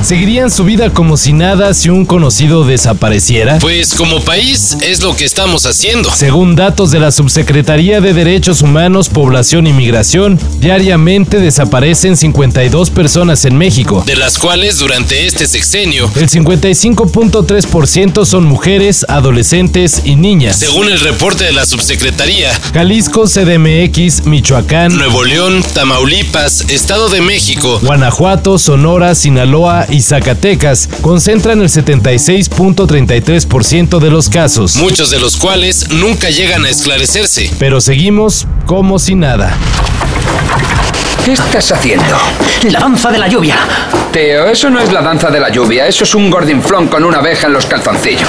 ¿Seguirían su vida como si nada si un conocido desapareciera? Pues como país es lo que estamos haciendo. Según datos de la Subsecretaría de Derechos Humanos, Población y Migración, diariamente desaparecen 52 personas en México. De las cuales durante este sexenio, El 55.3% son mujeres, adolescentes y niñas. según el reporte de la subsecretaría, Jalisco, CDMX, Michoacán, Nuevo León, Tamaulipas, Estado de México, Guanajuato, Sonora, Sinaloa y Zacatecas concentran el 76.33% de los casos. muchos de los cuales nunca llegan a esclarecerse. Pero seguimos como si nada. ¿Qué estás haciendo? La danza de la lluvia. Teo, eso no es la danza de la lluvia, eso es un gordinflón con una abeja en los calzoncillos.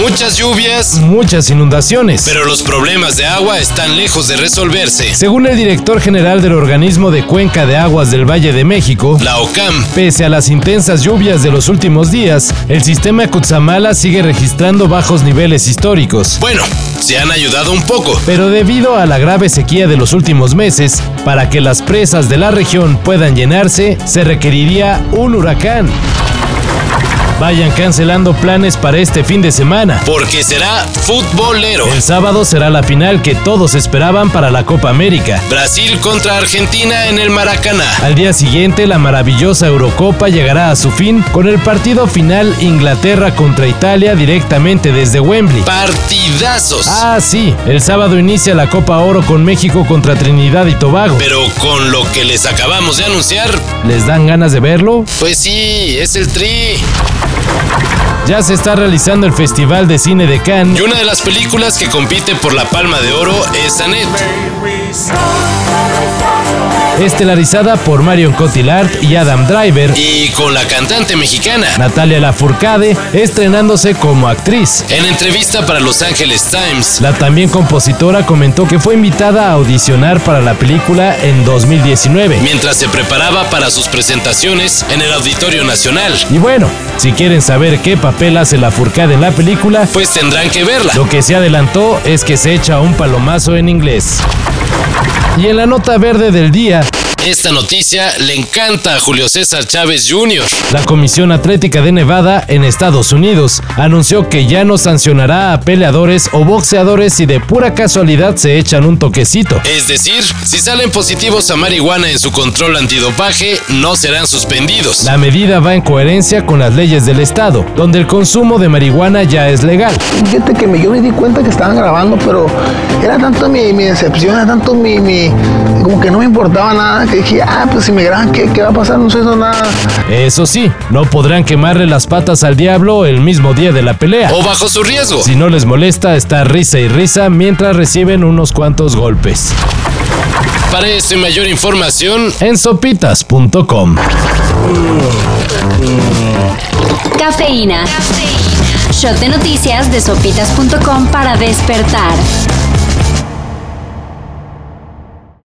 Muchas lluvias, Muchas inundaciones. pero los problemas de agua están lejos de resolverse. Según el director general del organismo de Cuenca de Aguas del Valle de México, La OCAM pese a las intensas lluvias de los últimos días, el sistema Cutzamala sigue registrando bajos niveles históricos. Bueno, se han ayudado un poco. Pero debido a la grave sequía de los últimos meses, para que las presas de la región puedan llenarse, se requeriría un huracán. Vayan cancelando planes para este fin de semana. Porque será futbolero. El sábado será la final que todos esperaban para la Copa América. Brasil contra Argentina en el Maracaná. Al día siguiente, la maravillosa Eurocopa llegará a su fin con el partido final Inglaterra contra Italia directamente desde Wembley. Partidazos. Ah, sí, el sábado inicia la Copa Oro con México contra Trinidad y Tobago. Pero con lo que les acabamos de anunciar, ¿Les dan ganas de verlo? pues sí, es el tri. Ya se está realizando el Festival de Cine de Y Cannes. una de las películas que compite por la palma de oro es Annette. Estelarizada por Marion Cotillard y Adam Driver, Y con la cantante mexicana. Natalia Lafourcade estrenándose como actriz. En entrevista para Los Angeles Times, La también compositora comentó que fue invitada a audicionar para la película en 2019. mientras se preparaba para sus presentaciones en el Auditorio Nacional, Y bueno, si quieren saber qué papel hace la furcada en la película, pues tendrán que verla. lo que se adelantó es que se echa un palomazo en inglés. Y en la nota verde del día, Esta noticia le encanta a Julio César Chávez Jr. la Comisión Atlética de Nevada en Estados Unidos anunció que ya no sancionará a peleadores o boxeadores si de pura casualidad se echan un toquecito. Es decir, si salen positivos a marihuana en su control antidopaje, no serán suspendidos. La medida va en coherencia con las leyes del estado, donde el consumo de marihuana ya es legal. Fíjate que me- yo me di cuenta que estaban grabando, pero era tanto mi, mi decepción, era tanto mi, mi- como que no me importaba nada, que dije, ah, pues si me graban, ¿qué, qué va a pasar? No sé eso nada. Eso sí, no podrán quemarle las patas al diablo el mismo día de la pelea. O bajo su riesgo. Si no les molesta, está risa y risa mientras reciben unos cuantos golpes. Para esto y mayor información, En sopitas.com. Cafeína. Shot de noticias de sopitas.com para despertar.